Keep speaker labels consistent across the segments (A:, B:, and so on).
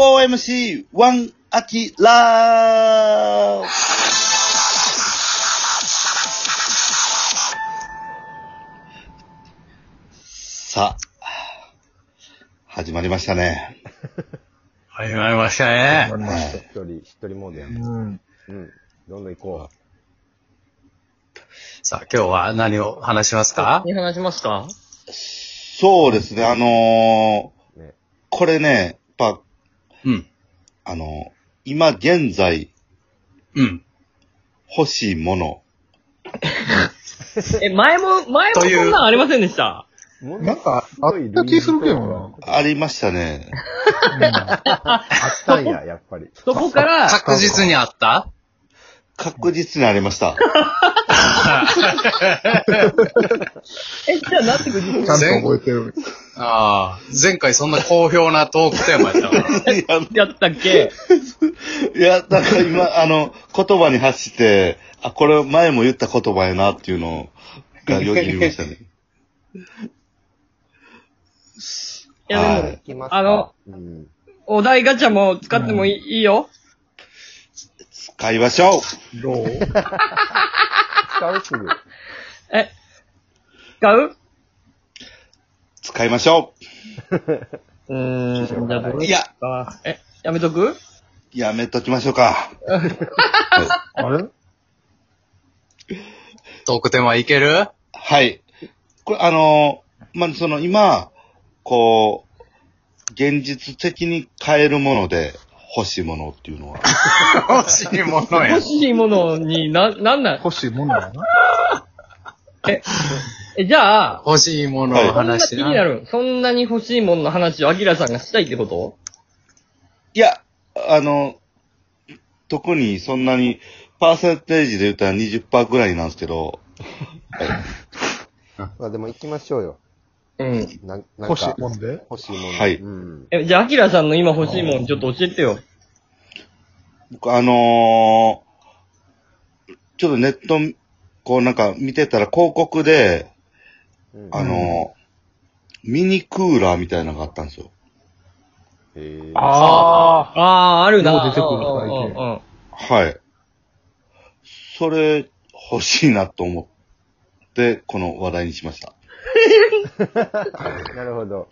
A: 4MC1 アキラーさあ、始まりましたね。
B: 始まりました
C: 一
B: ね。
C: 人、一人モードやね。
B: うん
C: うん。どんどん行こ
B: さあ、今日は何を話しますか
D: に話しますか
A: そうですね、あのー
C: ね
A: これね、やっぱ、
B: うん。
A: あのー今現在
B: うん。
A: 欲しいもの。
D: え、前も、前も
B: という
D: そんなんありませんでした。
C: う。も
E: なんか、あった気するけどな。
A: ありましたね。
C: あったんや、やっぱり。
D: そこから、
B: 確実にあった
A: 確実にありました。
D: え、じゃあなってくる
E: ちゃんと覚えてる。
B: ああ、前回そんな好評なトークテーマやったから。
A: いや
D: やったっけ
A: いや、だから今、あの、言葉に発して、あ、これ前も言った言葉やなっていうのがよぎりましたね。
D: いや、
A: は
D: で
A: い
C: 行きます
D: あの、
C: うん。
D: も、お題ガチャも使ってもいい,、よ。
A: 使いましょう
E: どう
C: 使うすぐ。
D: え、使う
A: 使いましょ
D: うーん、じゃあど
A: う
D: れ
A: いや、
E: あ
D: え、やめとく
A: やめときましょうか。
E: あれ
B: トークテーマいける
A: はい。これ、あの、まあ、その今、こう、現実的に変えるもので欲しいものっていうのは、
B: 欲しいものや
D: 欲。しいものにな、なんなん
E: 欲しいもんなのな。
D: え、じゃあ、
B: 欲しいものの
D: そんな
B: 話
D: 気にな
B: な。
D: る。そんなに欲しいものの話をアキラさんがしたいってこと
A: いや、あの、特にそんなに、パーセンテージで言ったら20%ぐらいなんですけど、
C: まあでも行きましょうよ。
D: うん。
C: ななんか
E: 欲しいもんで。
C: 欲しいもん。
A: はい
C: うん。
D: え、じゃあアキラさんの今欲しいものちょっと教えてよ。
A: 僕あのーちょっとネット、こうなんか見てたら広告で、
C: うん
A: あのーミニクーラーみたいなのがあったんですよ。
C: へー
E: ああ。
D: あー、あるな。
E: もう出てくる
D: うんうん
E: 最近
D: うんうん
A: はい。それ、欲しいなと思って、この話題にしました。
C: なるほど。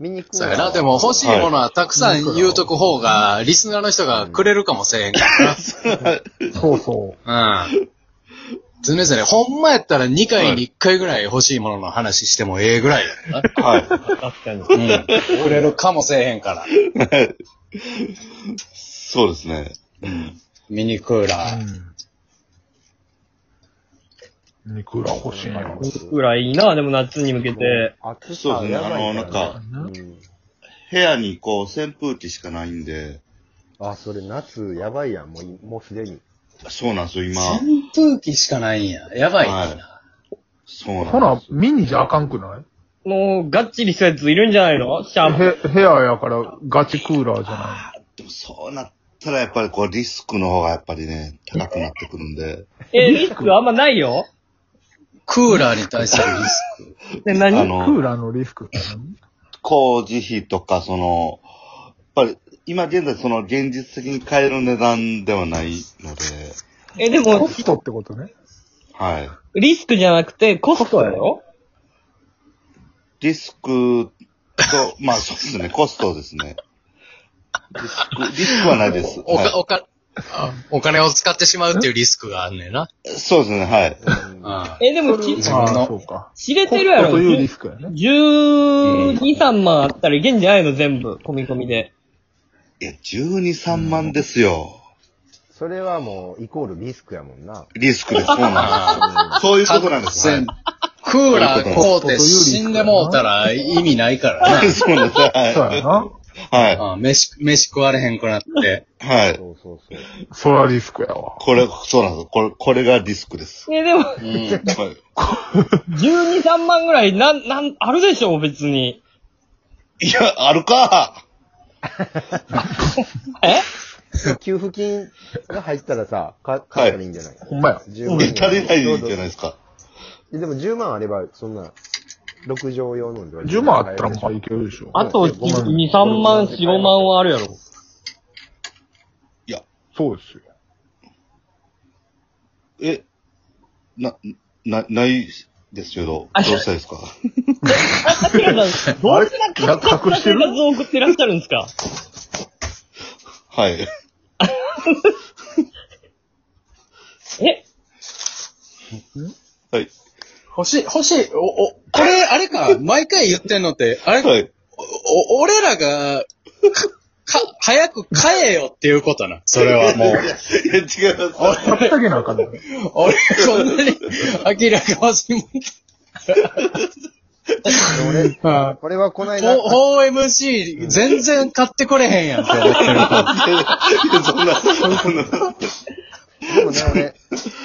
C: 見に行く
B: そうやな、で。も欲しいものはたくさん言うとく方が、リスナーの人がくれるかもしれんから
E: そうそう。
B: な。うん。常々、ほんまやったら2回に1回ぐらい欲しいものの話してもええぐらいやな。
A: はい。
C: 確かに。
B: うん。くれるかもしれへんから。
A: そうですね。
B: ミニクーラー。
E: うん。ミニクーラー欲しいんや。
D: ぐらいいいな、でも夏に向けて。
C: 暑
A: そう
C: さ
A: ですね。
C: やばい
A: あ
C: か
A: の、
C: ら
A: なんか、
C: うん。
A: 部屋にこう扇風機しかないんで、
C: あ、それ夏やばいやん。もうい、もうすでに。
A: そうなんですよ、今。
B: 扇風機しかないんや。やばいな。
A: はいそう
E: ほ
A: なん
E: な
A: で、
E: ミニじゃあかんくない
D: もう、がっちりしたやついるんじゃないのシャープ。
E: へ、部屋やからガチクーラーじゃ
A: す。でもそうなったら、やっぱりこう、リスクの方がやっぱりね、高くなってくるんで。
D: え、リスクあんまないよ。
B: クーラーに対するリス
D: で、
A: あ
D: 何
E: ない。クーラーのリスクって何
A: 工事費とか、その、やっぱり、今現在その現実的に買える値段ではないので、
D: え、で
E: コ
D: も、
E: ストってことね。
A: はい。
D: リスクじゃなくて、コストやろ
A: リスク と、まあそうですね、コストですね。リスク、リスクはないです。
B: ク。おか、
A: は
B: おか、あお金を使ってしまうっていうリスクがあんねんな。
A: い、そうですね、はい。
C: うん
B: う
D: え、でも、き
B: 自分の
E: ああ、そうか。
D: 知れ
E: コ
D: てるや
E: ス
D: ろ
E: トというリスクやね。
D: 12、3万あったらいけんじゃないの全部、込み込みで。
A: いや、12、3万ですよ。
C: それはもう、イコールリスクやもんな。
A: リスクです、そうなんです。そういうことなんです。はい
B: ん。クーラーこうて死んでもうたら意味ないからね。
A: そうなんです。
E: そうや
A: は
E: な。
A: い。はい。
B: うん飯、飯食われへんくなって。
A: はい。
C: そうそうそう。
E: そらリスクやわ。
A: これ、そうなんです。これ、これがリスクです。
D: え、でも、
B: うん。
A: はい
D: 12、3万ぐらい、なん、なん、あるでしょ、別に。
A: いや、あるか
D: え
C: 給付金が入ったらさ、か、買ったらいいんじゃない、
E: ほんまや。
C: 十分
A: いや足りないじゃないですか。
C: でも10万あれば、そんな、 6畳用のんで。
E: 10万あったらまあいけるでしょ。
D: あと
C: ごめん
D: 2、3万、4、5万はあるやろ。
E: そうですよ。
A: え、な、な、ないですけど、
D: あ
A: どうしたいです か
D: あ、テラさん、どんな
E: なんか隠し
D: 生
E: てる
D: 活を送ってらっしゃるんですか
A: はい。
D: え
A: はい。
B: 欲しい、欲しい。お、お、これ、あれか、毎回言ってんのって、あれ、
A: はい。
B: お、俺らが、か、早く買えよっていうことな。それはもう。
A: いや、違います。
E: 買ってあげなあかんの
B: 俺、こんなに、明らか欲しいもん。
C: 俺、
B: は
C: これはこの
B: い
C: 間、
B: ほ 4MC、全然買ってこれへんやんって思ってる。
A: そんな、そんな。
C: でもね、俺、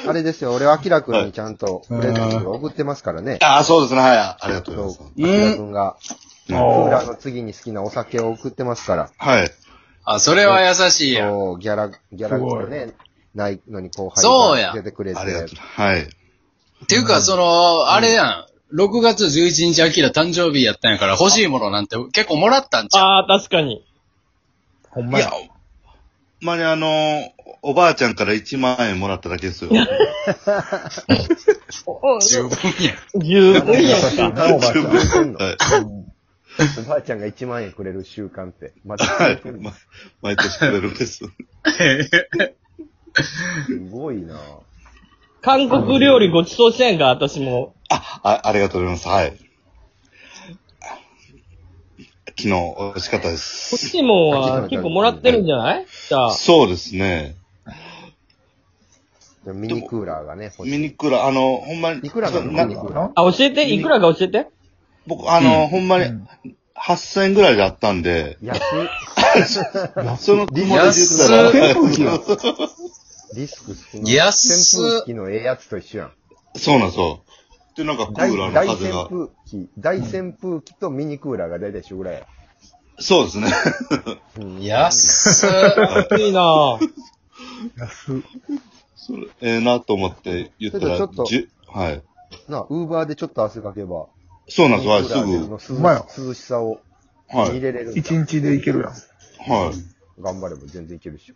C: あれですよ、俺、アキラくんにちゃんとプレゼントを送ってますからね。
A: あ、そうですね。はい。ありがとうござい
C: そ
A: ます。、
C: うアキラくんが、クーラー
E: あ
C: の次に好きなお酒を送ってますから。
A: はい。
B: あ、それは優しいやん。
C: そう、ギャラ、ギャラがね、ないのに後
B: そう
C: 輩
B: や
C: が出てくれて。
A: ありがとう。はい。
B: っていうか、その、あれやん。6月11日、アキラ誕生日やったんやから、欲しいものなんて結構もらったんちゃう
D: ああ、確かに。
E: あ、ほん
A: い
E: ま
A: や
E: や。、
A: ほんまにあの、おばあちゃんから1万円もらっただけですよ。
D: おお
B: 十分やん。
D: 十分やん
C: お
D: か。
C: ばあちゃん知ってんの
A: はい。
C: おばあちゃんが1万円くれる習慣って。まだ
A: はい。ま毎年くれるんです。
C: すごいな
D: 韓国料理ごちそうしてんか、私も。
A: あ、あありがとうございます。はい。昨日、美味しかったで
D: こっ
A: す。
D: ちもは結構もらってるんじゃないじゃあ。
A: そうですね。
C: でもミニクーラーがね、欲し
A: ミ
C: い。
A: ニクーラー、あの、ほんまに。
C: いくらなのミニクーラー。
D: あ、教えて、いくらか教えて。
A: 僕、あの、ほんまに
E: うん、
A: 8000円ぐらいであったんで、
C: 安い。
A: その、リ
B: 安
A: 言
E: 扇風機
A: たら、
E: や
C: リスク少ない。
B: 安っ
C: 扇風機のええやつと一緒やん。
A: そうなんですよ。で、なんかク
C: 大
A: ーラー
C: 大
A: の風
C: 扇
A: が。
C: 風機、大扇風機とミニクーラーが大体一緒ぐらいや。
A: そうですね。
B: 安っ
D: いいなぁ。
E: 安
A: それええなと思って言ったら、
C: ちょっとち
A: じゅはい。
C: なあ、ウーバーでちょっと汗かけば、
A: そうなん
C: ミ
A: です
C: ニク
A: よ。はい、
C: ー
A: すぐ。
C: ラーの
E: ほんま
C: 涼
E: や
C: し涼しさを
A: は
C: 入
A: い。
C: れれるんだ。
E: 一日でいけるやん。
A: は
C: 頑張れば全然いけるでしょ。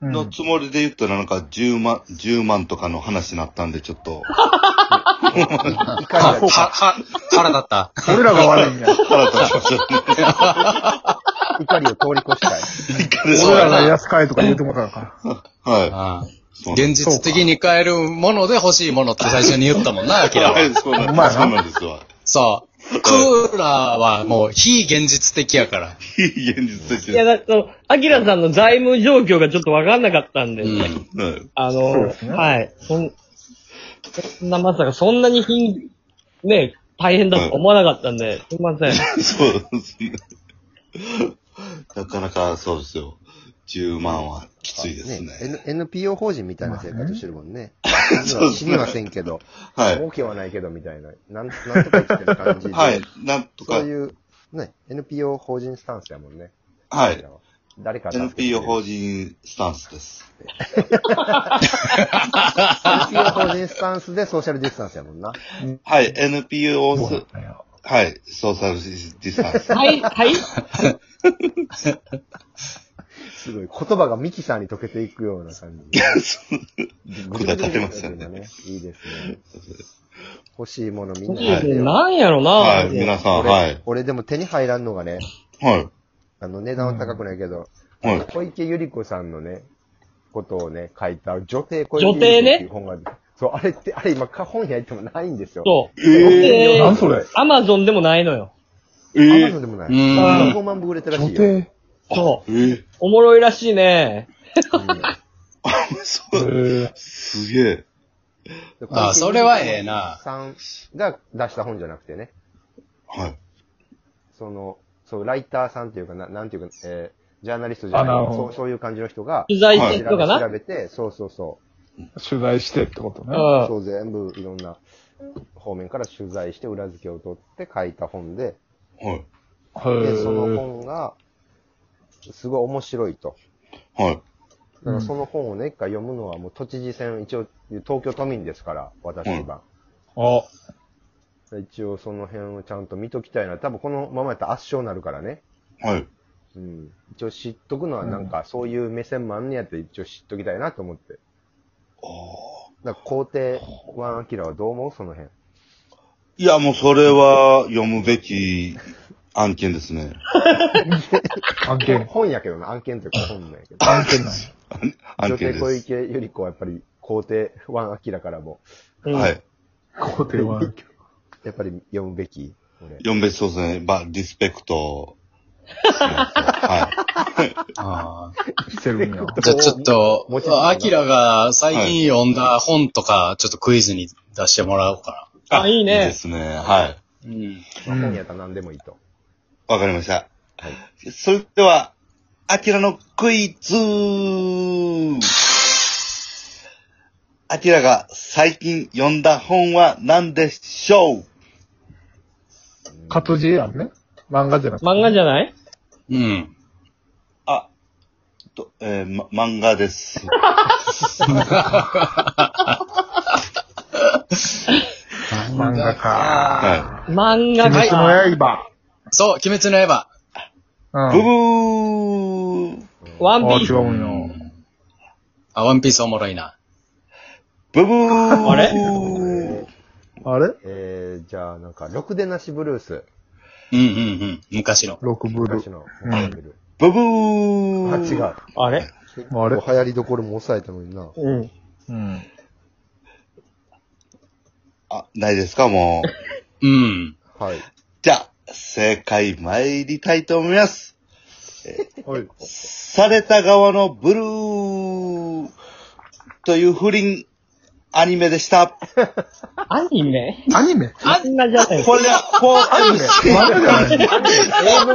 E: う
A: い。
E: ん
A: のつもりで言ったら、なんか10万、10万とかの話になったんで、ちょっと、
C: いか に
B: は、は、腹立った。
E: 俺らが悪いん や。
A: 腹立ちましたね。
C: 怒りを通り越したい。
E: 俺らが安買えとか言うてもらったのか。
A: は
B: うん現実的に買えるもので欲しいものって最初に言ったもんな、ア
A: い。
B: キラ
A: はい
B: は。、
A: そうなん
E: うまいな
A: そうなんですよ。
B: そう。クーラーはもう非現実的やから。
A: 非 現実的
D: いや、
A: で
D: だってその、アキラさんの財務状況がちょっとわかんなかったんで、
B: うん。
A: す。はい。
D: あ
E: そう
D: の、
E: ですね
D: はい。そんそんなまさか、そんなに貧、ね、大変だと思わなかったんで、すいません。
A: そうですね。なかなかそうですよ。10万はきついですね。
C: N- NPO 法人みたいな生活してるもんね。
A: そうです
C: 死
A: ね
C: にませんけど、
A: はい。
C: 儲けはないけどみたいな。なん、なんとか生きてる感じ で。
A: はい。なんと
C: そ
A: か
C: う、いう、ね、NPO 法人スタンスやもんね。
A: はい。。
C: 誰か助けてくれる
A: NPO 法人スタンスです。
C: NPO 法人スタンスでソーシャルディスタンスやもんな。
A: はい。NPO
E: そうだ
A: ス
E: っ、たんや
A: はい。ソーシャルディスタン ス。
D: はい、はい。
C: すごい。言葉がミキサーに溶けていくような感 じ。
A: くだ立てますよね。
C: いいですね。欲しいものみんなや
A: は
C: って
A: い
C: よ。
D: なんやろな
A: はい。
D: ぁ。
A: 皆さん、
C: 俺
A: はい。
C: 俺でも手に入らんのがね、
A: はい。
C: あの値段は高くないけど、
A: はい。
C: 小池百合子さんのね、ことをね、書いた、女帝小池
D: 女帝ね
C: 百合子っていう本が、そう、あれって、あれ今、か本屋行ってもないんですよ。
D: そう。
E: え
D: で
E: ー、なんそれ。
D: アマゾンでもないのよ。
A: え
C: アマゾンでもない。
B: うん
C: 15万部売れたらし
E: 女
C: いよ。
E: 帝。
D: そう。
A: えー、
D: おもろいらしいね。
A: あ、
E: え
A: そう、
E: ー
A: すげえ。
B: あーそれはええな
C: さんが出した本じゃなくてね、
A: はい。
C: その、そう、ライターさんっていうかな、なんていうか、えージャーナリストじゃ
E: あな
C: な
E: る
C: い
E: ほど
C: そう、そういう感じの人が、
D: 取材
A: は
D: し
A: い
D: てるのかな、
C: 調べて、そうそうそ
E: 取材してってことね。
C: う。
D: う
C: そう、全部いろんな方面から取材して、裏付けを取って書いた本で、
A: はい。
C: で、その
E: へえ。
C: 本が、すごい面白いと。
A: はい。
C: だからその本をね、一回読むのはもう都知事選、一応東京都民ですから、私は。
E: あ、
C: 一応その辺をちゃんと見ときたいな。多分このままやったら圧勝になるからね。
A: はい。
C: うん。一応知っとくのはなんか、そういう目線もあんねやって一応知っときたいなと思って。だから皇帝ワンアキラはどう思うその辺。
A: いや、もうそれは読むべき案件ですね。
E: 案件。
C: 本やけどな、案件というか本なんやけど。
E: 案件なんや
A: 案
C: 女
A: 件
C: 帝小
A: です。
C: 池百合子はやっぱり皇帝ワンアキラからも、
D: うん
A: はい。
E: 固定は案件。
C: やっぱり読むべき。俺
A: 読むべきそうですね。ば、リスペク ト。は
B: あー
E: してるんや。
B: じゃあちょっと
C: もうちょっ、と
B: アキラが最近読んだ本とか、ちょっとクイズに出してもらおうか
D: あ、いい
A: い。いい
D: ね
A: で。すね。はい。
B: な。うん。
C: 本やったら何でもいいと。
A: わかりました。それでは、アキラのクイズアキラが最近読んだ本は何でしょう
E: 活字やんね。漫画じゃなくて。
D: 漫画じゃない
B: うん。
A: あ、と、えーま、漫画です。
E: 漫画か。
A: は
D: 漫画
E: 鬼滅
D: か。
E: の刃。
B: そう、鬼滅の刃。
A: い。ブ
E: うん。
A: ブー
D: ワン
E: あ
D: ピー
E: 違
D: ス。
E: うんよ。
B: あ、ワンピースおもろいな。
A: ブブー
D: あれ
E: あれ
C: えー、じゃあなんか、ろくでなしブルース。
B: うんうんうん。昔の。
E: 六ブル
C: 昔。の。
E: ん
C: あ、違う。
A: ブブー
D: あれ
E: あれ
C: 流行りどころも抑えたのにな。
D: うん。
E: うん。
A: あ、ないですか、もう。
B: うん。
C: はい。
A: じゃあ、正解参りたいと思います。
C: はい。
A: された側のブルーという不倫アニメでした。
D: アニメ
E: アニメ
D: 漫画じゃない。
A: これでは、フォー
E: アニメ漫画じゃない。